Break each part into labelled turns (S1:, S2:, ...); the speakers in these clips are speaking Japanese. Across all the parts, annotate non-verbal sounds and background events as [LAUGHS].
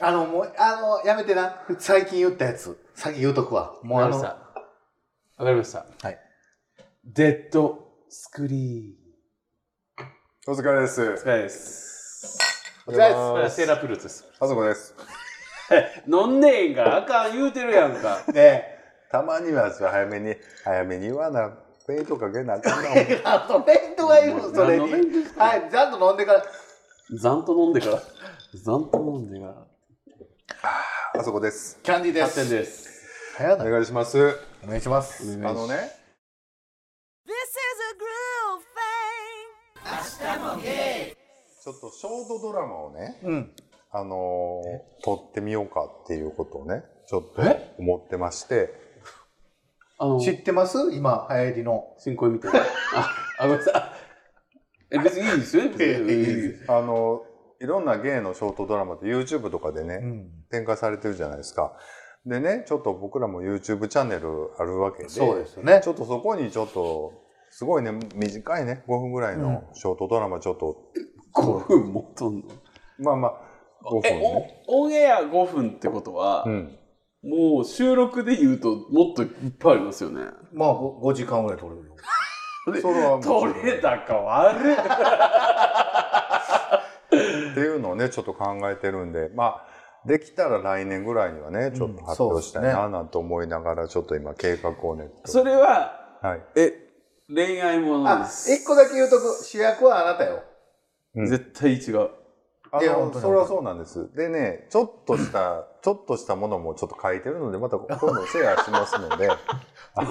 S1: あの、もう、あの、やめてな。最近言ったやつ。先言うとくわ。もうあの、
S2: わ
S1: は
S2: かりました。
S1: い。
S2: デッドスクリ
S3: お疲れです。
S2: ーン。お疲れです。
S3: お疲れ様です
S2: これはセーラープルーツです。
S3: あそこです。
S2: 飲んでへんからあかん言うてるやんか。
S1: ねえ。
S3: たまには早めに、早めに言わな、ペイントかけなあかんな。ほんま
S1: あの、弁当がいる、それに。
S2: 何の弁当ですか
S1: はい、ちゃんと飲んでから。
S2: ざんと飲んでから。ざんと飲んでから。
S3: あそこです。
S1: キャンディーで
S2: 発展
S1: す。
S2: です。
S1: 早
S3: お
S1: ない。
S3: 願いします。
S1: お願いします。
S2: お願いし
S3: あ
S2: ます
S3: のね、
S4: This is a groove thing.
S3: ちょっとショートドラマをね、
S1: うん。
S3: あのー、撮ってみようかっていうことをね、ちょっと
S2: え
S3: 思ってまして、
S2: あの、
S1: 知ってます今、流行りの。
S2: 新婚みたいな。あ、あ、ごめんなさい。え、別 [LAUGHS] にいいですよね。別に
S1: いいです
S2: す
S3: あのー、いろんな芸のショートドラマって YouTube とかでね、
S1: ん。
S3: 展開されてるじゃないですか。でね、ちょっと僕らも YouTube チャンネルあるわけで、
S1: そうですよね
S3: ち。ょっとそこにちょっと、すごいね、短いね、5分ぐらいのショートドラマちょっと、
S2: 5分もとんの。
S3: まあまあ、5分
S2: え、
S3: ね。
S2: オンオンエア5分ってことは
S3: う、ん。
S2: もう収録で言うともっといっぱいありますよね。
S1: まあ、ご5時間ぐらい取れるよ。
S3: それはもちろん
S2: 取れたか悪い。
S3: っていうのをね、ちょっと考えてるんで、まあ、できたら来年ぐらいにはね、ちょっと発表した
S1: そ
S3: い
S1: うです
S3: な、なんて思いながら、ちょっと今計画をね。
S2: それは、
S3: はい。
S2: え、恋愛もので
S1: あ、
S2: す。
S1: 一個だけ言うとく。主役はあなたよ。
S3: うん
S2: 絶対違う。
S3: あ
S1: いや本
S3: の、
S1: 当に
S3: それはそうなんです。でね、ちょっと
S1: [LAUGHS]
S3: した、ちょっとしたものもちょっと書いてるので、また今度シェアしま
S1: [LAUGHS]
S3: すので、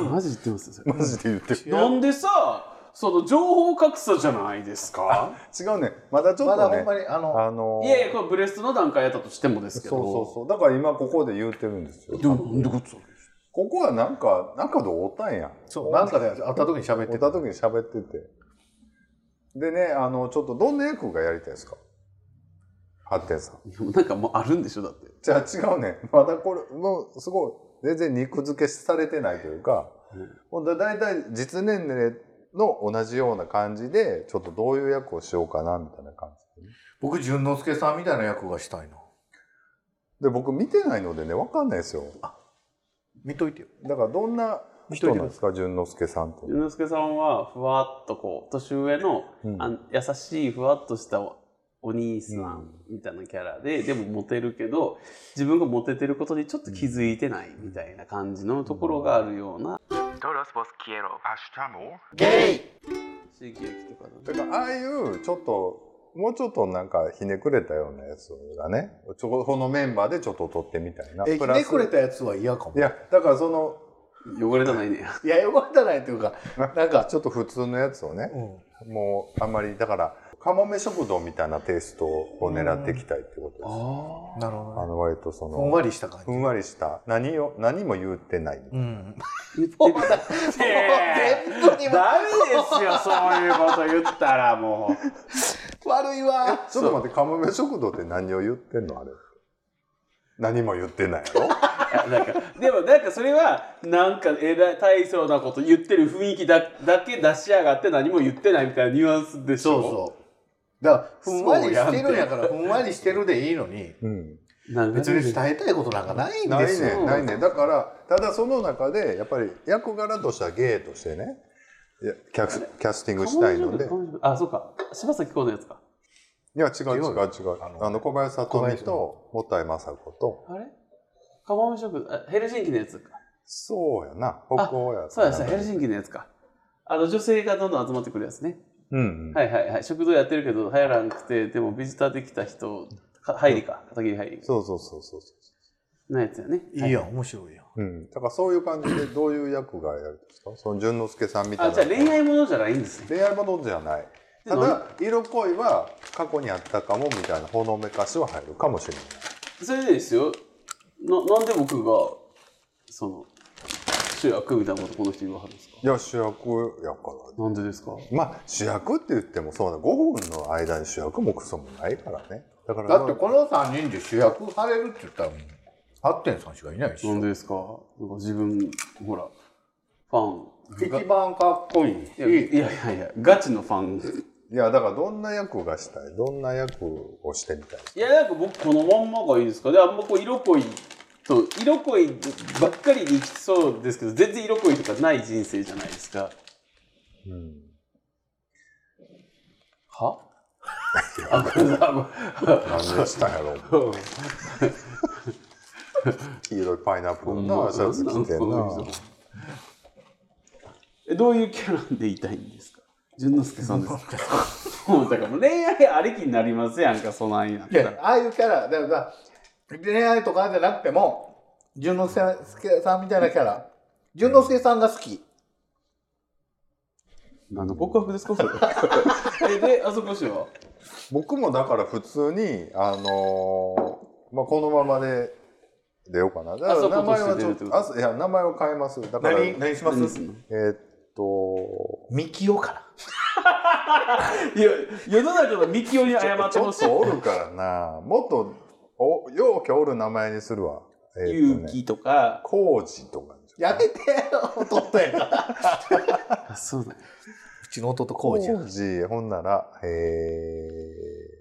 S2: マジ言ってます
S3: マジで言って
S2: [LAUGHS]
S3: る。
S2: なんでさ、その情報格差じゃないですか。
S3: 違うね。まだちょ
S1: ま
S3: っ
S1: だ
S3: と
S1: ほ
S3: ね
S1: ん、まに、あの、
S3: あのー
S2: いやいや、これブレストの段階やったとしてもですけ
S3: そう
S2: ど。
S3: そうそう。だから今ここで言ってるんですよ。
S2: でもなんでこっち
S3: ここはなんか、なんかでおったんや。
S1: そう、なんかで会った時に喋っ
S3: お
S1: て
S3: った時に喋ってて。でね、あの、ちょっとどんな役がやりたいですか発展さん。
S2: でもなんかもうあるんでしょだって。
S3: じゃあ違うね。まだこれ、もうすごい、全然肉付けされてないというか、ほんとだいたい実年齢の同じような感じで、ちょっとどういう役をしようかな、みたいな感じでね。
S1: 僕、淳之介さんみたいな役がしたいな。
S3: で、僕見てないのでね、わかんないですよ。
S1: 見といてよ。
S3: だからどんな人なんですか、淳之介さんと。
S2: ゆうのすけさんは、ふわっとこう、年上の、
S3: うん
S2: あの優しい、ふわっとしたおお兄さんみたいなキャラで、でもモテるけど、自分がモテてることにちょっと気づいてないみたいな感じのところがあるような、
S5: Todos vos quiero. Pashtamo.
S2: 刺激とかの
S3: だからああいうちょっともうちょっとなんかひねくれたようなやつがねちょこのメンバーでちょっと撮ってみたいな
S1: え、ひ
S3: プラス
S1: ねくれたやつは嫌かも。
S3: いやだからその
S2: 汚れたないねや。
S1: いや、汚れたないというか、なんか、
S3: ちょっと普通のやつをね
S1: う、ん。
S3: もうあんまりだからカモメ食堂みたいなテイストを狙っていきたいってことです、
S1: なるほど
S3: あ
S1: ね。
S3: の割とそ
S1: ふん
S3: の
S1: わりした感じ。
S3: ふんわりした何を何も言ってない、
S1: うん。
S2: 言ってる。
S1: 全部に
S2: ダメですよ、そういうこと言ったらも
S1: 悪いわ。
S3: ちょっと待ってカモメ食堂って何を言ってんのあれ何も言ってないやろ
S2: う。なんか、でもなんかそれは、なんか偉い大層なこと言ってる雰囲気だだけ出しやがって何も言ってないみたいなニュアンスでし
S1: そ
S2: ょ
S1: うそう。だから、ふんわりしてるんやから、ふんわりしてるでいいのに、
S3: うん
S2: なんか
S1: 別に伝えたいことなんかないん
S3: な
S1: で
S3: い
S1: す
S3: ね
S1: よ。
S3: ないねだからただその中でやっぱり役柄としては芸としてねいやキャスキャスティングしたいのでい
S2: あ、そうか。柴咲コウのやつか。
S3: や違う違う違う
S1: あの
S3: あの小林
S1: 小
S3: 聡美
S1: 林
S3: ともったい雅子と
S2: あれカモメ食堂、あヘルシンキのやつか。
S3: そうやな北欧や
S2: そうや、そうやヘルシンキのやつか。あの、女性がどんどん集まってくるやつね。
S3: うん、うん
S2: はいはいはい。食堂やってるけど、流行らなくて、でもビジターできた人、か入りか。片桐入り。
S3: そうそうそうそうそ
S2: のやつやね。
S1: いいやん、面白いやん。
S3: う、うん、だからそういう感じでどういう役がやるんですかその淳之介さんみたい
S2: あ、
S3: な
S2: じゃあ恋愛ものじゃないんですね。
S3: 恋愛ものじゃない
S2: で
S3: ただ色恋は過去にあったかもみたいなほのめかしは入るかもしれない
S2: それでですよ。な、なんで僕が、その、主役みたいなことこの人言わはるんですか
S3: いや主役やから
S2: なんでですか
S3: まあ主役って言ってもそうだ5分の間に主役もクソもないからねだから
S1: だって、この3人で主役されるって言ったら、八点さんしかいないし
S2: な。んでですかなんか自分、ほら、ファン。
S1: 一番かっこいい
S2: いやい
S1: し、
S2: やいやいや、ガチのファン
S3: いやだからどんな役がしたいどんな役をしてみたい
S2: いやなんか僕このまんまがいいですかねあんまこう色濃いと色濃いばっかりにいきそうですけど全然色濃いとかない人生じゃないですか
S3: うん
S2: はあこれだ
S3: 何したんやろ黄色いパイナップルのなシャツ着てんな
S2: えどういうキャラでいたいんですか淳之介さんですかもうだからもう恋愛ありきになりますやんかそないなっ
S1: い
S2: た
S1: や
S2: ら
S1: ああいうキャラだから恋愛とかじゃなくても淳之介さんみたいなキャラ淳之介さんが好き
S2: 何の告白ですかそれえであそこ氏は
S3: 僕もだから普通にあのーまあこのままで出ようかなだか
S2: あそ
S3: ら
S2: こ
S3: 名前は
S2: として出
S3: ちょ
S2: るっ
S3: って
S2: こと
S3: とあそいや名前を変えますだからえ
S1: 何し
S2: 何すんの
S3: ーっと
S1: ミキオかない
S2: や世の中のミキオに謝って
S3: ちょ
S2: ほ
S3: っ
S2: しい
S3: とおるからなもっとおようきおる名前にするわえーっ
S2: 勇
S3: とね
S2: 気とか
S3: コウジとか
S1: やめてよ [LAUGHS] 弟やから
S2: あそうだね
S1: うちの弟
S3: コ
S1: こ
S3: ウ
S1: うじ
S3: ジ
S1: ゃ
S3: ほんならえー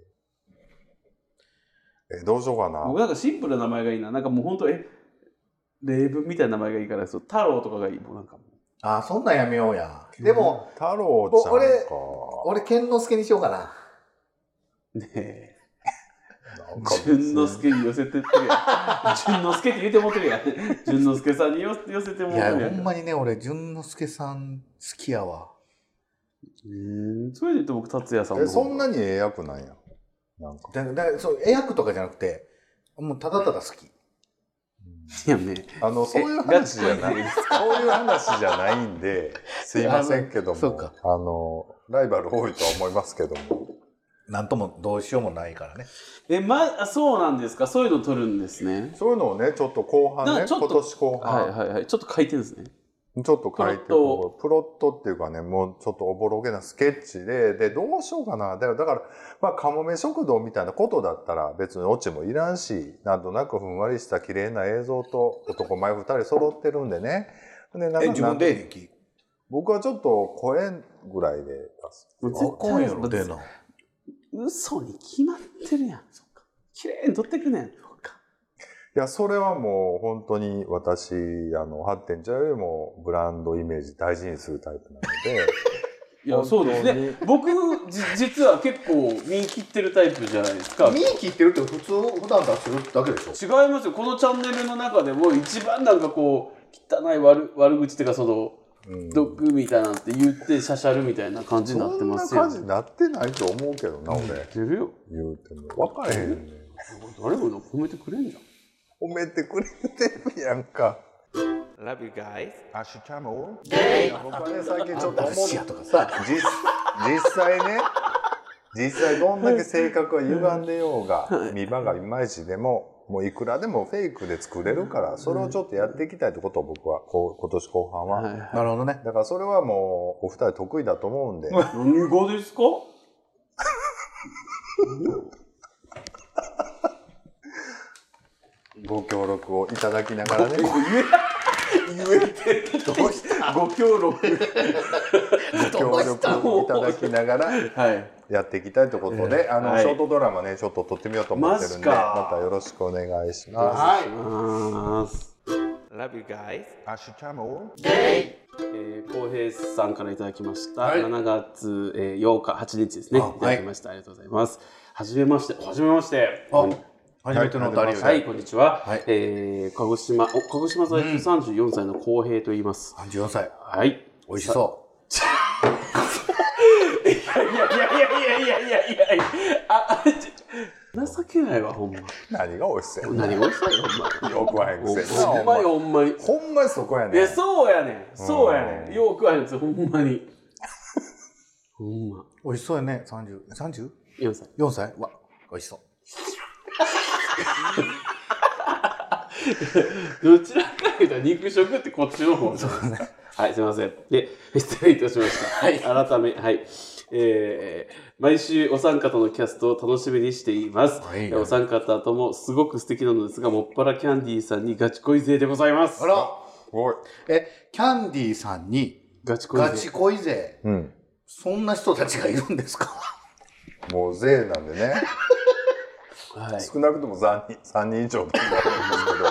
S3: えどうしようかな
S2: 僕なんかシンプルな名前がいいななんかもう本当え例文みたいな名前がいいからそう太郎とかがいいもうなんか
S1: あそんなんやめようやでも
S3: 太郎ちゃんか
S1: 俺健之介にしようかな
S2: ねえ
S3: なんか別
S2: 淳
S3: に
S2: 之介に寄せてってるやん淳之介って言うてもってるやん淳之介さんに寄寄せても
S1: い
S2: ってるや
S1: や
S2: ん
S1: ほんまにね俺淳之介さん好きやわ
S2: うーんそれで言うと僕達也さん
S3: え
S2: の
S3: そんなにええ役なんやなんか
S1: だだそう絵役とかじゃなくてもうただただ好き
S2: いやね
S3: あのそういう
S2: ガ
S3: 話
S2: チ
S3: じゃない
S2: 恋で
S3: そういう話じゃないんですいませんけど
S1: あそうか
S3: もあのライバル多いとは思いますけども
S1: なんともどうしようもないからね
S2: えまあそうなんですかそういうの撮るんですね
S3: そういうのをねちょっと後半
S2: な
S3: ね
S2: んかちょっと
S3: 今年後
S2: は
S3: 半、
S2: いはいはいちょっと書いてるんですね
S3: ちょっと書いて
S2: プロット
S3: こうプロットっていうかねもうちょっとおぼろげなスケッチででどうしようかなだからだから、まあ、カモメ食堂みたいなことだったら別にオチもいらんしなんとなくふんわりした綺麗な映像と男前2人揃ってるんでねでなんか
S1: え自分で平気
S3: 僕はちょっと声ぐらいで出す
S2: もう
S1: あ
S2: 絶対
S1: かんやろ出な
S2: 嘘に決まってるやんそっか綺麗に撮ってくねんそっか
S3: いやそれはもう本当に私あの発展茶よりもブランドイメージ大事にするタイプなので
S2: いやそうですね僕じ [LAUGHS] 実は結構見切ってるタイプじゃないですか違い
S1: 見切ってるって普通普段からするだけでしょ
S2: ますよこのチャンネルの中でも一番なんかこう汚い悪悪口っていうかその
S3: うん
S2: 毒みたいなんて言ってしゃしゃるみたいな感じになって
S3: そん
S2: ま
S3: な
S2: すよ
S3: 感じになってないと思うけどな俺。
S2: 知ってるよ
S3: 言うても分からへんねん
S2: 誰もなんか褒めてくれんじゃん
S3: 褒めてくれてるやんか
S2: Love you guys
S5: 明日も
S3: 僕はね最近ちょっと
S1: ダ
S3: 思
S1: ル
S3: う
S1: シアとかさ
S3: 実実際ね実際どんだけ性格が歪んでようが見栄がいまいちでももういくらでもフェイクで作れるからそれをちょっとやっていきたいってことを僕はこう今年後半は、
S2: はい
S1: なるほどね
S3: だからそれはもうお二人得意だと思うんで
S2: 何語ですか
S3: ご協力をいただきながらね
S2: [LAUGHS] 言えてどうしたご協力
S3: ご協力をいただきながら
S2: [LAUGHS] はい
S3: やっていきたいってことで、あの
S2: はい
S3: ショートドラマねちょっと撮ってみようと思ってる
S2: マジ
S3: んで
S2: か
S3: またよろしくお願いします。
S1: はい
S2: あー Love you guys
S5: 明日も
S2: えー、浩平さんからいただきました、
S1: はい
S2: 7月、えー、8日8日ですねい
S1: あはい
S2: ただきました、ありがとうございますはじめましてはじめまして
S1: あ初めてのお便りを
S2: はいこんにちは、
S1: はい
S2: えー鹿児島お鹿児島在住34歳の浩平と言います、
S1: 34歳
S2: はい
S1: 美味しそ
S2: いやいやいやいやいやいやいやああち情けないわほんま
S3: 何がおいしそうや
S2: 何がおいしそうやほんま
S3: よくわへんくせにな
S2: ほんまにほんまに
S3: ほんまにそこや
S2: いや
S3: ね
S2: そうやねんそうやねんよくあるんですよほんまにほんま
S1: う美味しそうやね3034
S2: 4歳
S1: 歳うわ美味しそう
S2: どちらかというと肉食ってこっちの方はい、すみません。で、失礼いたしました。はい、改め、はい。えー毎週お三方のキャストを楽しみにしています。
S1: はい
S2: えーお三方ともすごく素敵なのですが、もっぱらキャンディーさんにガチ恋勢でございます。
S1: あら
S3: おい、
S1: えキャンディーさんに
S2: ガチ恋勢。
S1: ガチ恋勢
S3: うん、
S1: そんな人たちがいるんですか [LAUGHS]
S3: もう税なんでね、
S2: は
S3: 少なくとも3人 ,3 人以上だと思うんです
S2: [LAUGHS]
S3: けど。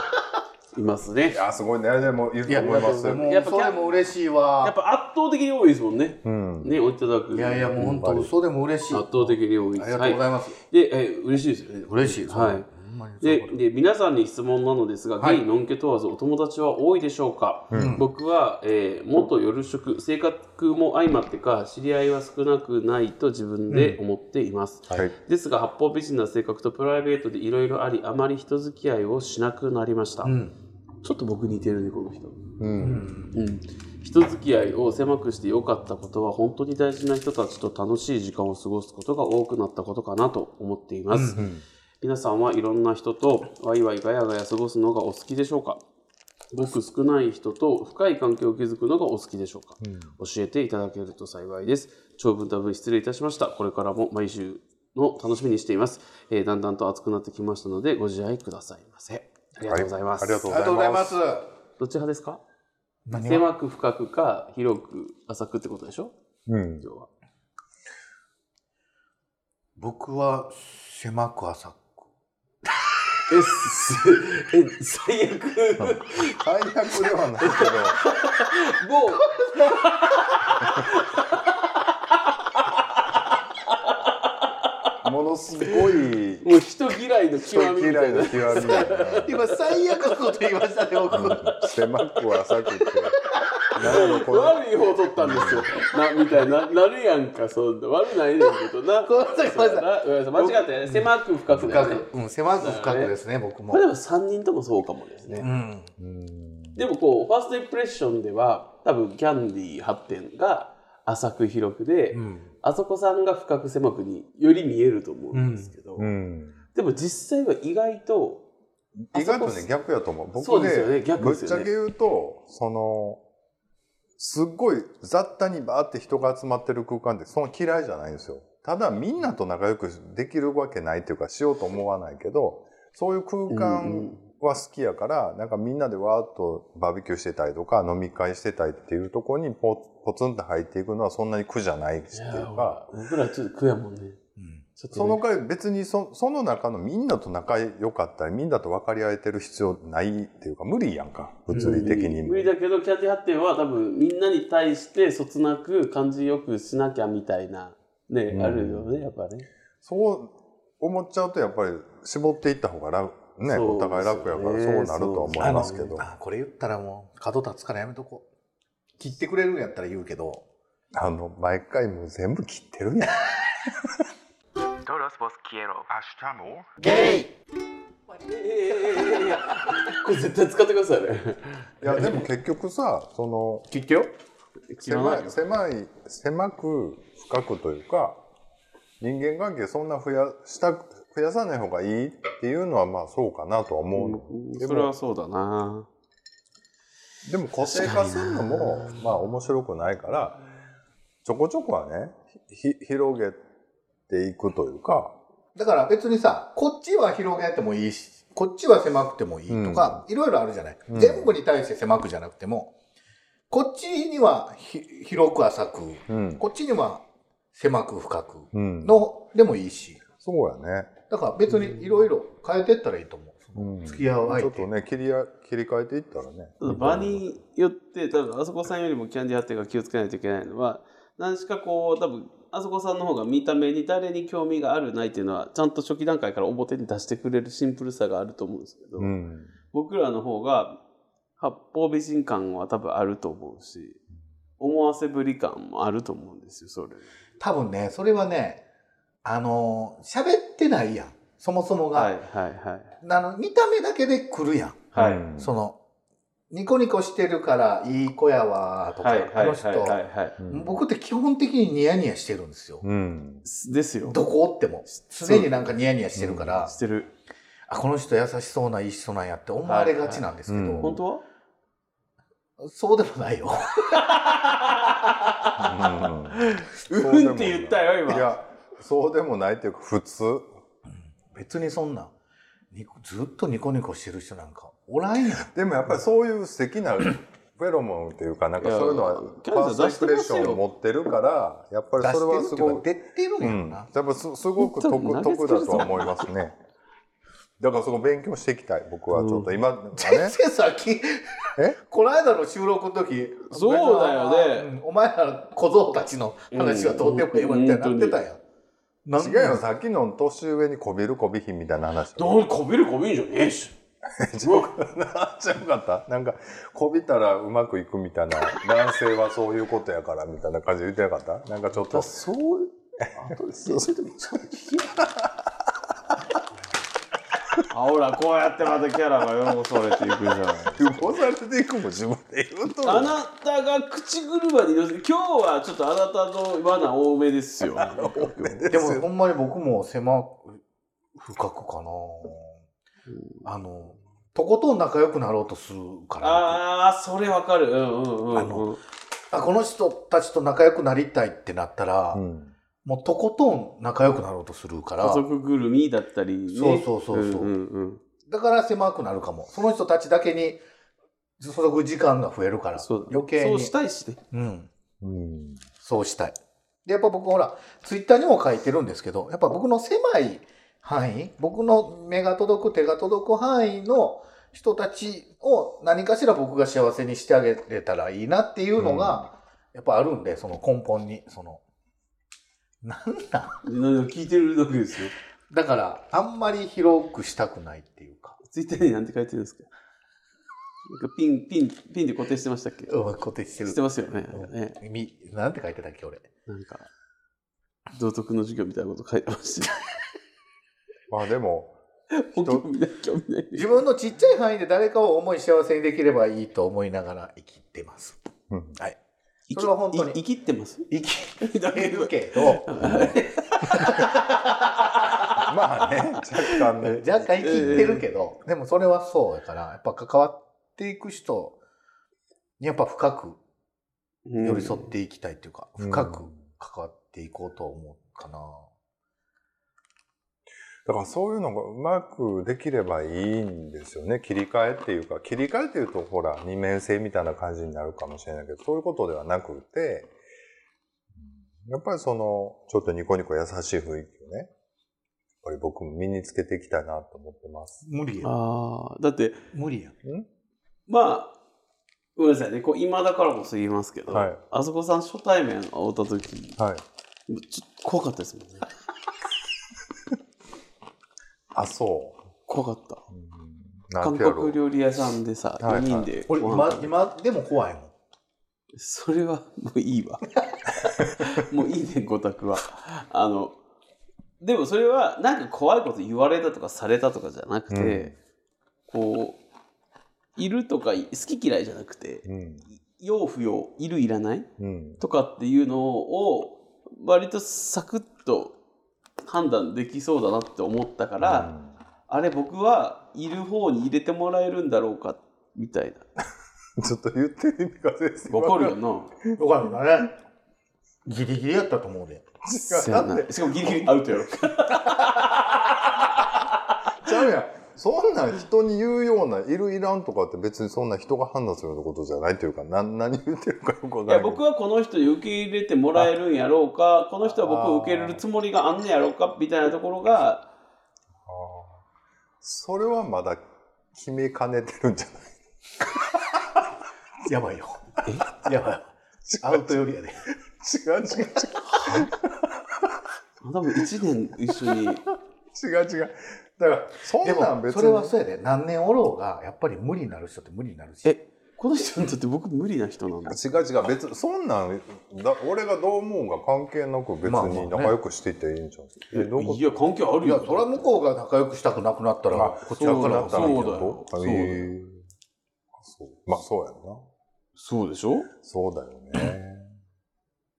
S2: い。いますね。
S3: いやすごいねでもいると思います
S1: で
S3: よ。
S1: も
S2: やっぱ
S1: 嘘でも嬉しい
S2: やっ
S1: わ
S2: ぱ圧倒的に多いですもんね。
S3: うん。
S2: ね、おいただく。
S1: いやいやもう本当嘘でも嬉しい
S2: 圧
S1: あ
S2: 倒的に多いで
S1: り
S2: す。
S1: がとうございます、
S2: い。で、えー嬉しいですよね。
S1: 嬉しい
S2: はい
S1: そうほんまにそういう
S2: で
S1: こと
S2: で皆さんに質問なのですが、
S1: はい
S2: ゲイ、ノンケ問わずお友達は多いでしょうか、僕は、えー元夜食、性格も相まってか、知り合いは少なくないと自分で思っています。
S3: はい。
S2: ですが、八方美人な性格とプライベートでいろいろあり、あまり人付き合いをしなくなりました。
S1: うん
S2: ちょっと僕似てるね、この人。
S3: うん。
S2: うん、人付き合いを狭くして良かったことは本当に大事な人たちと楽しい時間を過ごすことが多くなったことかなと思っています、皆さんはいろんな人とワイワイガヤガヤ過ごすのがお好きでしょうか僕少ない人と深い関係を築くのがお好きでしょうか、教えていただけると幸いです長文多文失礼いたしましたこれからも毎週の楽しみにしています、えーだんだんと暑くなってきましたのでご自愛くださいませありがとうございます、
S3: はいありがと
S1: ありがとうございます
S2: どっち派ですか
S1: 何が
S2: 狭く深くか広く浅くってことでしょ
S3: うん。
S2: 要は
S1: 僕は狭く浅く
S2: えす [LAUGHS] え最悪もう
S3: 最悪ではないけど。ものすごい
S2: もう人嫌いの
S3: 人
S2: 極みみ
S3: 嫌
S2: たい
S3: い
S2: な
S3: の極みだよね
S1: 今最悪のこと言いましたね僕
S3: うん狭くは浅
S2: [LAUGHS]
S3: くって。なんかこの
S2: 悪い方取ったんですよなみたいななるやんかそんな悪ないねんけどな
S1: ごめんなさいごめんな
S2: さい間違ったよね狭く深くだ
S1: 深
S2: よね
S1: [LAUGHS] く、うん、狭く深くですね僕も
S2: これでも3人ともそうかもですね、
S1: うん
S2: でもこうファーストインプレッションでは多分キャンディー発展が浅く広くで、あそこさんが深く狭くにより見えると思うんですけど、
S3: うん。
S2: でも実際は意外と
S3: 意外とね逆やと思う。
S2: そう
S3: 僕
S2: ですよね
S3: ね
S2: 逆
S3: ぶ
S2: で
S3: っ
S2: す
S3: ち
S2: よ
S3: ゃ
S2: ね
S3: け言うとそのすっごい雑多にバーって人が集まってる空間ってその嫌いじゃないんですよ。ただみんなと仲良くできるわけないっていうかしようと思わないけどそういう空間は好きやから、なんかみんなでわーっとバーベキューしてたりとか飲み会してたりっていうところにポポツンと入っていくのはそんなに苦じゃないしっていうか。
S2: 僕らちょっと苦やもんね、ちょっとね
S3: その代わり別にそその中のみんなと仲良かったりみんなと分かり合えてる必要ないっていうか無理やんか物理的にも
S2: 無理だけどキャンディー発展は多分みんなに対してそつなく感じよくしなきゃみたいなね、
S3: うん
S2: あるよねやっぱね
S3: そう思っちゃうとやっぱり絞っていった方が楽ね
S2: そう
S3: お互い楽やから
S2: です
S3: そ
S2: よ
S3: う
S2: ね
S3: なるとは思いますけど
S1: あこれ言ったらもう角立つからやめとこう切ってくれるんやったら言うけど
S3: あの毎回もう全部切ってるやん
S5: Hasta more.
S1: ゲイ
S2: これ絶対使ってくださいね
S3: いやでも結局さその
S1: 切ってよ
S3: 狭い狭い狭く深くというか人間関係そんな増やした増やさない方がいいっていうのはまあそうかなとは思うの、でも
S2: それはそうだな
S3: でも固定化するのもまあ面白くないからちょこちょこはねひ広げていくというか
S1: だから別にさこっちは広げてもいいしこっちは狭くてもいいとか、いろいろあるじゃない、
S3: うん
S1: 全部に対して狭くじゃなくてもこっちにはひ広く浅く
S3: うん、
S1: こっちには狭く深く
S3: うん、
S1: のでもいいし
S3: そうやね、
S1: だから別にいろいろ変えてったらいいと思う、
S3: うん、
S1: 付き合う
S3: ち
S1: 相
S3: ょっ
S1: 手
S3: とね切りや切り替えていったらね
S2: ただ場によって多分あそこさんよりもキャンディーハッテンが気をつけないといけないのは何しかこう多分あそこさんの方が見た目に誰に興味があるないっていうのはちゃんと初期段階から表に出してくれるシンプルさがあると思うんですけど、
S3: うん
S2: 僕らの方が八方美人感は多分あると思うし思わせぶり感もあると思うんですよそれ
S1: 多分ねそれはねあのー喋ってないやんそもそもが、
S2: はいはい
S1: あの見た目だけで来るやん、
S2: はいはい
S3: うん
S1: そのニコニコしてるからいい子やわーとか、
S2: はいはいはい
S1: あの人、
S2: はいはい
S3: うん
S1: 僕って基本的にニヤニヤしてるんですよ、
S3: うん
S2: ですよ
S1: どこおっても常になんかニヤニヤしてるから、
S2: してる
S1: あこの人優しそうないい人なんやって思われがちなんですけど、
S3: はいはいうん
S2: 本当は
S1: そうでもないよ [LAUGHS]
S2: うんって言ったよ今
S3: いやそうでもないっていうか普通
S1: 別にそんなニコずっとニコニコしてる人なんかおらんやん
S2: [COUGHS]
S3: でもやっぱりそういう素敵なフェロモンっていうか、なんか
S2: いや
S3: そういうのは、
S2: キャン
S3: ファー
S2: セル出
S3: ス
S2: し
S3: ト
S2: て
S3: イ
S2: ますよ
S3: ンプレッションを持ってるから、やっぱり
S1: 出
S3: それは
S1: し
S3: す
S1: てるっていうか
S3: ごい、
S1: 出てるんや
S3: う
S1: ろ
S3: ん、や
S1: な
S3: っ、ぱすすごく
S2: ち
S3: 得
S2: ょっと
S3: 得だとは思います [LAUGHS] ね。だからそこ勉強していきたい、僕はちょっと今、ね、 [LAUGHS]
S1: 先生さっき [LAUGHS]
S3: え
S1: この間の収録の時
S2: そうだよね
S1: うんお前ら小僧たちの話はどうでもいいわみたいになってたやん、なん
S3: 違うよ、さっきの年上にこびるこびひんみたいな話。
S2: どうこびるこびんじゃねえし。
S3: なっちゃうかった [LAUGHS] なんか、こびたらうまくいくみたいな、男性はそういうことやからみたいな感じで言ってなかったなんかちょっと、
S2: そういう。あとで先生でもちょっと聞き [LAUGHS] あほらこうやってまたキャラが汚されていくじゃない
S3: [LAUGHS] 汚されていくも自分で言うとる
S2: あ
S3: [LAUGHS]
S2: なたが口車に乗せて今日はちょっとあなたの罠多めです
S1: [LAUGHS]
S2: よ
S3: [LAUGHS]
S1: でもほんまに僕も狭く深くかな、あのとことん仲良くなろうとするから
S2: ああそれわかるうんうんうんうん
S1: あのあこの人たちと仲良くなりたいってなったら、
S3: うん。
S1: もうとことん仲良くなろうとするから
S2: 家族ぐるみだったり、ね、
S1: そうそうそうそうん
S2: うんん
S1: だから狭くなるかもその人たちだけに所属時間が増えるから
S2: そう
S1: 余計に
S2: そうしたいしね
S1: うん、
S3: うん。
S1: そうしたいでやっぱ僕ほらツイッターにも書いてるんですけどやっぱ僕の狭い範囲僕の目が届く手が届く範囲の人たちを何かしら僕が幸せにしてあげれたらいいなっていうのが、やっぱあるんでその根本にそのなんだ
S2: なんか聞いてるだけですよ
S1: だからあんまり広くしたくないっていうか
S2: ツイッターに何て書いてるんですかなんかピンピンピンで固定してましたっけ
S1: うん固定してる
S2: してますよね
S1: うん
S2: ね
S1: みなんて書いてたっけ俺
S2: なんか道徳の授業みたいなこと書いてましたよ
S3: まあでも、
S2: 興味ない興味ない
S1: 自分のちっちゃい範囲で誰かを思い幸せにできればいいと思いながら生きてます
S3: うん
S1: それは本当に
S2: 生き生きっ
S1: [LAUGHS]
S2: てます
S1: 生き
S2: だ
S1: て
S2: けど
S1: るけど
S3: まあね、若干 [LAUGHS] ね。
S1: 若干生きてるけど、でもそれはそうやからやっぱ関わっていく人にやっぱ深く寄り添っていきたいっていうか、
S3: うん
S1: 深く関わっていこうと思うかな、
S3: だからそういうのがうまくできればいいんですよね。切り替えっていうか、切り替えっていうとほら、二面性みたいな感じになるかもしれないけど、そういうことではなくて、やっぱりその、ちょっとニコニコ優しい雰囲気をね、やっぱり僕も身につけていきたいなと思ってます。
S1: 無理や
S2: ああだって
S1: 無理や
S2: まあごめんなさいねこう今だからこそ言いますけど、
S3: はい
S2: あそこさん初対面会おった時
S3: はい。
S2: ちょっと怖かったですもんね
S3: あ、そ
S2: 怖かった
S3: う。
S2: 韓国料理屋さんでさ
S3: はいは
S2: 4
S3: い
S2: 人で
S1: 俺
S2: ご
S1: 今
S2: 飯食べ
S1: 今でも怖いもん
S2: それはもういいわ [LAUGHS] もういいねごたくはあのでもそれはなんか怖いこと言われたとかされたとかじゃなくて、こういるとか好き嫌いじゃなくて
S3: 理。うん。
S2: 要不要いるいらない
S3: うん。
S2: とかっていうのを割とサクッと判断できそうだなって思ったから、あれ僕はいる方に入れてもらえるんだろうかみたいな
S3: うん、ちょっと言ってる意味が全然
S2: わかるよな
S1: よかったねギリギリやったと思うで
S2: せやなしかもギリギリアウトやろ
S3: ちゃうやん。そんなん人に言うような、いるいらんとかって別にそんな人が判断するようなことじゃないというか、な何言ってるかよくわかん
S2: い
S3: な
S2: や
S3: いけど。
S2: 僕はこの人に受け入れてもらえるんやろうかこの人は僕を受け入れるつもりがあんねやろうかみたいなところが
S3: それはまだ決めかねてるんじゃない
S1: やばいよ [LAUGHS] やばいアウトよりやで
S3: 違う違う
S2: あ多分1年一緒 [LAUGHS] に
S3: 違う違う違う。だから、そん
S1: で
S3: なん
S1: も
S3: 別に。
S1: それはそうやで何年おろうがやっぱり無理になる人って無理になるし
S2: えこの人にとって僕無理な人なんだ
S3: 違う違う別にそんなんだ俺がどう思うが関係なく別
S1: まあまあね
S3: に仲良くしていっていいんじゃん、えどういうこ
S2: いや関係ある
S1: いや
S2: よ
S1: それは向こうが仲良くしたくなくなったら
S3: あ
S1: こちらから
S3: と
S1: は
S2: そう
S1: そう
S2: だ
S1: だ
S2: よ
S1: よ
S2: そう
S3: あ
S2: だよ
S3: えーそうまあそうやんな
S2: そうでしょ
S3: そうだよね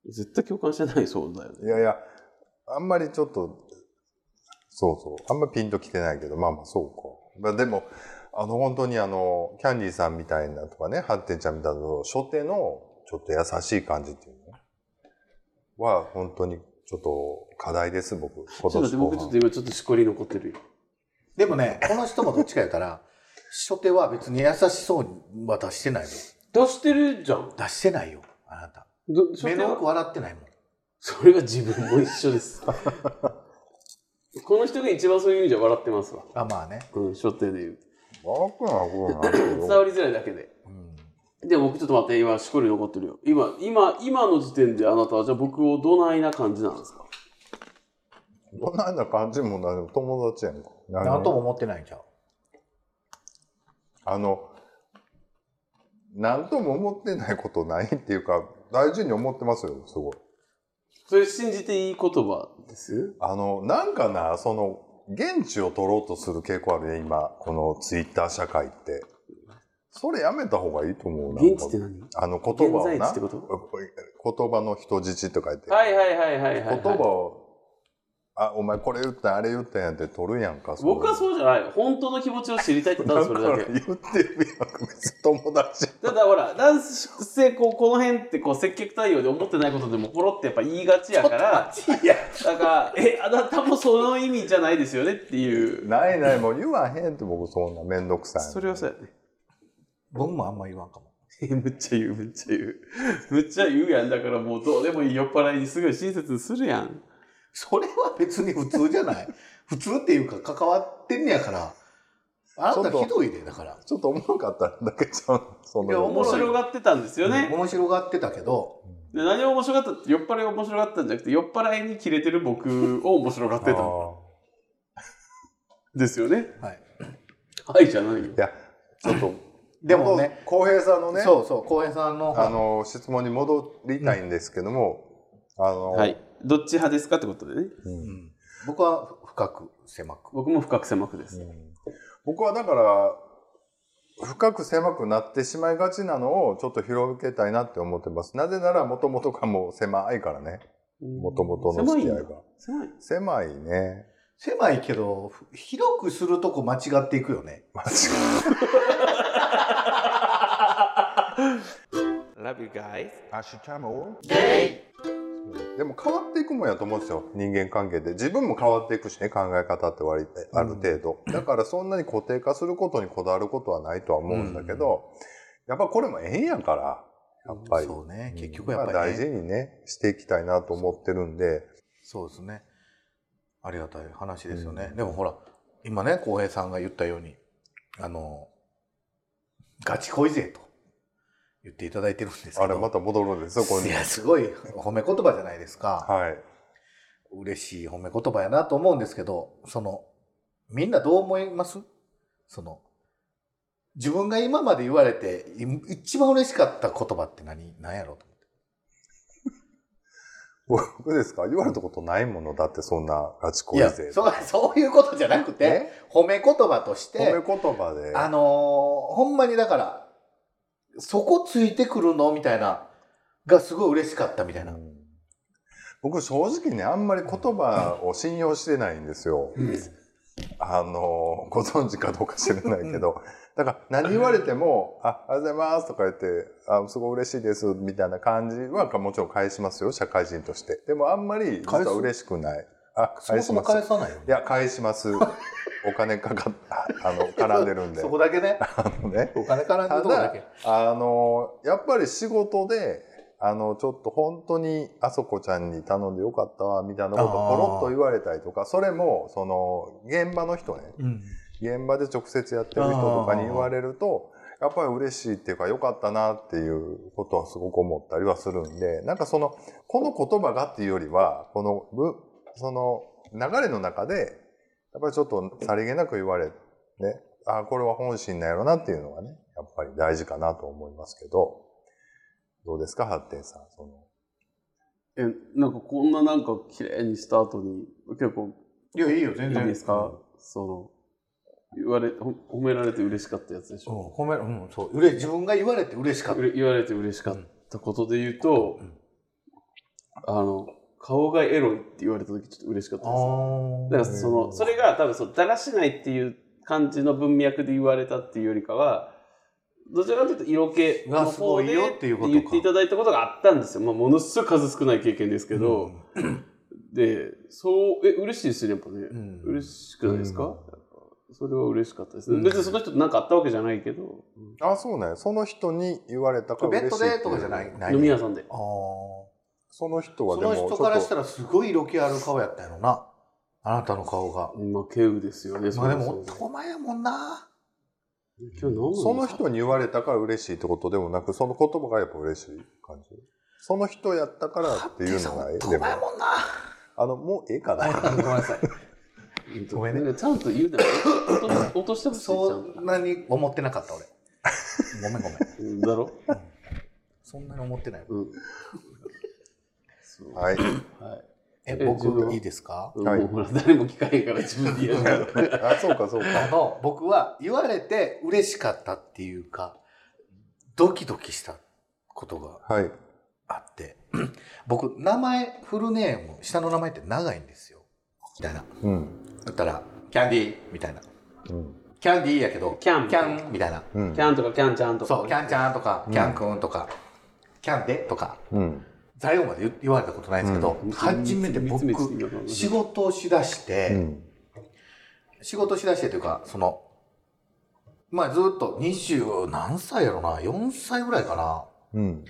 S2: 絶対共感してないそうだよね
S3: いやいや、あんまりちょっと、そうそう、あんまりピンときてないけど、まあまあそうか。まあでも、あの本当にあの、キャンディーさんみたいなとかね、ハッテンちゃんみたいなの、初手のちょっと優しい感じっていうのは、本当にちょっと課題です、僕。今
S2: ちょっと待っ
S3: 年
S2: て
S3: 後
S2: 僕ちょっ
S3: 半
S2: と今ちょっとしこり残ってるよ
S1: でもねこの人もどっちかやったら初手は別に優しそうに渡してないの
S2: 出してるじゃん。
S1: 出してないよ、あなた。
S2: ど
S1: 目の奥笑ってないもん。
S2: それが自分も一緒 [LAUGHS] です。この人が一番そういう意味じゃ笑ってますわ。
S1: あ、まあね。
S2: うん、所定で言う。
S3: 笑くなくなる
S2: 伝
S3: よ
S2: わりづらいだけで。
S1: うん。
S2: で、僕ちょっと待って、今、しこり残ってるよ。今、今、今の時点であなたはじゃあ僕をどないな感じなんですか
S3: どんなんな感じもない友達やんか
S1: なんとも思ってないんちゃう。
S3: あの何とも思ってないことないっていうか大事に思ってますよすごい
S2: それ信じていい言葉です
S3: あのなんかなその現地を取ろうとする傾向あるね今このツイッター社会ってそれやめた方がいいと思うな
S2: 現地って何
S3: あの言葉を
S2: 現在地
S3: な
S2: ってこと
S3: 言葉の人質と書いて、
S2: はいはいはいはいはい、はい。
S3: 言葉をあお前これ言ったんあれ言ったんやって取るやんかそれ
S2: 僕はそうじゃない。本当の気持ちを知りたいってただそれだ
S3: だ
S2: け
S3: か。ら言ってるやん別に友達
S2: ただほら、男性こう、この辺ってこう、接客対応で思ってないことでもポロってやっぱ言いがちやから、だから、え、あなたもその意味じゃないですよねっていう。
S3: ないないもう言わへんって僕そんな面倒くさい
S2: それはそうやね。
S1: 僕もあんま言わんかも。
S2: え、むっちゃ言う、むっちゃ言う。むっちゃ言うやん。だからもうどうでもいい酔っ払いにすごい親切するやん。
S1: それは別に普通じゃ
S3: [LAUGHS]
S1: ない。普通っていうか関わってんねやから。あなたひどいで、だから。
S3: ちょっとおもろかっただけちゃうのそ
S2: いや、
S3: の
S2: 面白がってたんですよね。
S1: 面白がってたけど、
S2: で何を面白かったって、酔っ払いが面白かったんじゃなくて、酔っ払いにキレてる僕を面白がってたん
S3: あ
S2: ですよね。
S1: はい。
S2: はいじゃないよ
S3: ー。いやちょ [COUGHS] っと
S1: でもね
S3: 浩平さんのね
S1: そうそう、浩平さんの、
S3: あの質問に戻りたいんですけども、あの、
S2: はい。どっち派ですかってことでね。
S1: うん僕は深く、狭く。
S2: 僕も深く狭くです。
S3: 僕はだから深く狭くなってしまいがちなのをちょっと広げたいなって思ってますなぜならもともとがもう狭いからねもともとの付き合いが
S2: 狭いんだ。
S3: 狭いね
S1: 狭いけど、ふ広くするとこ間違っていくよね。
S3: マジ
S2: 狭い。Love you guys.
S5: 明日も
S3: でも変わっていくもんやと思うんですよ人間関係で自分も変わっていくしね考え方って割とある程度、だからそんなに固定化することにこだわることはないとは思うんだけど、やっぱこれも縁やからやっぱり、
S1: そうね。結局
S3: ま
S1: や
S3: あ
S1: っぱり、ね
S3: 大事にねしていきたいなと思ってるんで
S1: そうですね。ありがたい話ですよね。でもほら、今ね、浩平さんが言ったように、あの、ガチ恋勢と言っていただいてるんですけど。
S3: あれまた戻るんですよここ
S1: い
S3: に
S1: や、すごい褒め言葉じゃないですか。
S3: はい [LAUGHS]
S1: 嬉しい褒め言葉やなと思うんですけど、その、みんなどう思いますその、自分が今まで言われて、い一番嬉しかった言葉って何、何やろうと思って。
S3: 僕ですか言われたことないものだってそんなガチ
S1: い
S3: 恋
S1: や
S3: 勢
S1: そう、そういうことじゃなくて、
S3: え
S1: 褒め言葉として、
S3: 褒め言葉で
S1: あのーほんまにだから、そこついてくるのみたいな、がすごい嬉しかったみたいな。
S3: うん僕正直ねあんまり言葉を信用してないんですよ。あのご存知かどうか知らないけどだから何言われても「あありがとうございます」とか言って「あすごい嬉しいです」みたいな感じはもちろん返しますよ社会人としてでもあんまり実
S1: 返す
S3: は嬉しくないあ
S1: そ
S3: 返
S1: も
S3: し
S1: そも
S3: ま
S1: 返
S3: す
S1: さないよ
S3: い
S1: ね。
S3: や返しますお金かかっあの絡んでるんで
S1: [LAUGHS] そこだけね。
S3: あのね
S1: お金からん
S3: た
S1: とこだ
S3: だ
S1: け。、
S3: あの、やっぱり仕事で、あの、ちょっと本当に、あそこちゃんに頼んでよかったわ、みたいなことを
S1: あー
S3: ポロッと言われたりとか、それも、その、現場の人ね、
S1: うん。
S3: 現場で直接やってる人とかに言われると、やっぱり嬉しいっていうか、よかったなっていうことはすごく思ったりはするんで、なんかその、この言葉がっていうよりは、この、ぶその、流れの中で、やっぱりちょっとさりげなく言われ、ね、あこれは本心なんやろなっていうのがね、やっぱり大事かなと思いますけど、どうですか、発展さん。その
S2: え、なんかこんななんか綺麗にした後に、結構
S1: いや、いいよ、
S2: い
S1: 全
S2: い
S1: 然。
S2: ですかその、言われ、ほ褒められて嬉しかったやつでし
S1: う
S2: ょ。
S1: ん、褒める、うん、そう。うれ自分が言われて嬉しかっ
S2: う
S1: た。
S2: れ言われて嬉しかったことで言うと、あの、顔がエロいって言われた時ちょっと嬉しかったです。だからその、それが多分そう、だらしないっていう感じの文脈で言われたっていうよりかは、どちらかというと色気の
S1: がすご
S2: 方
S1: い
S2: で
S1: よ
S2: っ
S1: ってていうことか
S2: 言っていただいたことがあったんですよ。まあ、ものすごい数少ない経験ですけ
S1: け
S2: ど、、で、そう、え、嬉しいですね、やっぱね。
S1: うん
S2: 嬉しくないですか、それは嬉しかったですね。別にその人と何かあったわけじゃないけど、
S3: あ、そうね。その人に言われたから
S1: ベッ
S3: 嬉しい
S1: ド
S3: っていう
S1: でとかじゃない。ない
S2: 飲み屋さんで。
S1: あー
S3: その人は
S1: そ
S3: でも
S1: の
S3: ちょっと
S1: 人からしたらすごい色気ある顔やったやろな。あなたの顔が。
S2: まあ、敬意ですよね。
S1: まあでも
S2: そそ
S1: 男前やもんな。
S2: 今日飲む
S3: その人に言われたから嬉しいってことでもなく、その言葉がやっぱ嬉しい感じ。その人やったから
S1: ハ
S3: って
S1: ッ
S3: い
S1: ピー
S3: う
S1: さ
S3: の
S1: ん
S3: が
S1: 男前やもんな。
S3: あの、もうええかな。
S2: ごめんなさい。
S1: ごめん
S2: ね。ちゃんと言うなよ。落とし落としてほしいち
S1: [LAUGHS]
S2: ゃ
S1: そ
S2: ん
S1: んなに思ってなかった俺。ごめんごめん。
S2: と。だろ
S1: そんなに思ってない。
S2: うん。そう
S3: はい。
S2: はい。
S1: え、
S2: え自分
S1: 僕
S2: はい
S1: いですか
S2: も
S3: はいう
S2: ほら、誰も聞かへんから自分で言うから。
S3: あ、そうかそう
S1: あ
S3: か。
S1: の、僕は言われて嬉しかったっていうか、ドキドキしたことが
S3: はい。
S1: あって、 [CLEARS THROAT] 僕、名前、フルネーム、下の名前って長いんですよ。みたいな。
S3: うん。
S1: だったら、キャンディーみたいな。
S3: うん。
S1: キャンディーやけど、
S2: キャン
S1: キャンみたいな。
S3: うん
S2: キ。ャンとかキャンちゃんとか。
S1: そう、キャンちゃんとか、キャンくんとか、キャンでとか、
S3: うん。
S1: ザイオンまで言言われたことないんですけど、
S2: うん
S1: 初めて僕
S2: 三つ三つ三、つ
S1: 仕事をしだして、
S3: うん。
S1: 仕事しだしてというか、その、まあずっと二十何歳やろな、4歳ぐらいかな。
S3: うん。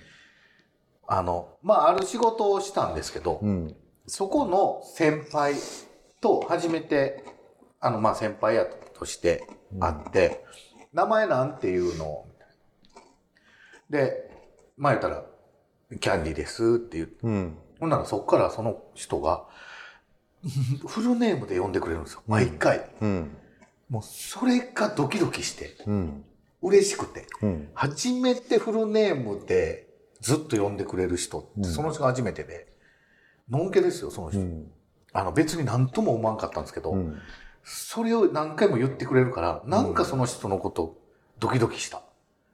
S1: あの、まあある仕事をしたんですけど、
S3: うん。
S1: そこの先輩と初めて、あのまあ先輩やとして会って、名前なんていうので、まあ言ったら、キャンディーですって言って、
S3: うん。
S1: ほんならそっからその人が、 [LAUGHS] フルネームで呼んでくれるんですよ、毎回。
S3: うん。
S1: もうそれがドキドキして、
S3: うん。
S1: 嬉しくて。
S3: うん。
S1: 初めてフルネームでずっと呼んでくれる人って、
S3: うん
S1: その人が初めてで、のんけですよ、その
S3: う
S1: 人。
S3: ん。
S1: あの別に何とも思わんかったんですけど、
S3: うん。
S1: それを何回も言ってくれるから、なんかその人のこと、ドキドキした。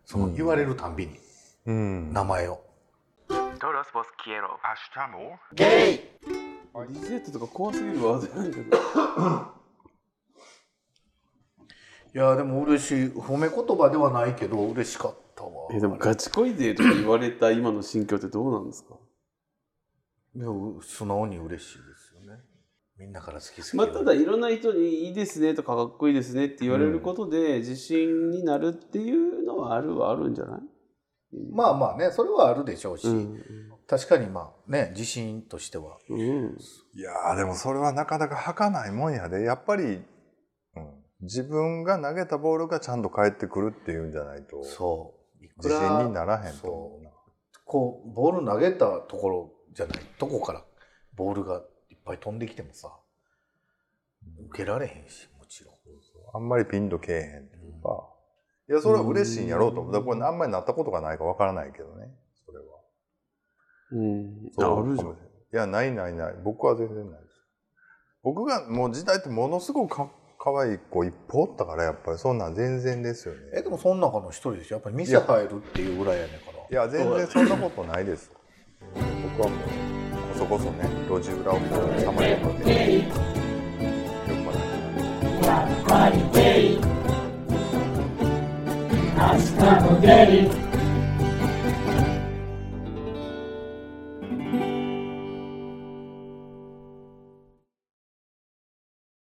S1: その言われるたんびに、
S3: うん。
S1: 名前を。
S5: Todos vos quiero. Hasta amor.
S1: ゲイ
S2: リゼットとか怖すぎるわ。なんか
S1: いや、でも嬉しい。褒め言葉ではないけど、嬉しかったわ。
S2: え、でもガチ恋でとか言われた今の心境ってどうなんですか
S1: いやう素直に嬉しいですよね。みんなから好き好き。
S2: まあ、ただいろんな人に「いいですね」とか「かっこいいですね」って言われることで自信になるっていうのはあるはあるんじゃない、
S1: まあまあね、それはあるでしょうし、
S2: うん
S1: 確かにまあね、自信としては。
S2: うん、
S3: いやーでもそれはなかなか儚かないもんやで。やっぱり、うん、自分が投げたボールがちゃんと返ってくるっていうんじゃないと、
S1: そう。いく
S3: 自
S1: ら
S3: 信にならへんと思うな。
S1: こう、ボール投げたところじゃない、とこからボールがいっぱい飛んできてもさ、受けられへんし、もちろん。
S3: あんまりピンとけえへんというか。いや、それは嬉しいんやろうと思う。だからこれあんまりなったことがないかわからないけどね。それは。
S2: うん、
S3: そう
S2: あるじゃ
S3: かも
S2: ん
S3: しれないいや、ないないない。僕は全然ないです。僕がもう時代ってものすごくか可愛い子一歩おったから、やっぱりそんなん全然ですよね。
S1: え、でもその中の一人でしょやっぱり店入るっていうぐらいやねんから。
S3: いや全然そんなことないです僕はもうこそこそね路地裏をこうさまようのでよくはな
S6: や
S3: い
S6: っぱりゲイ明日もゲイ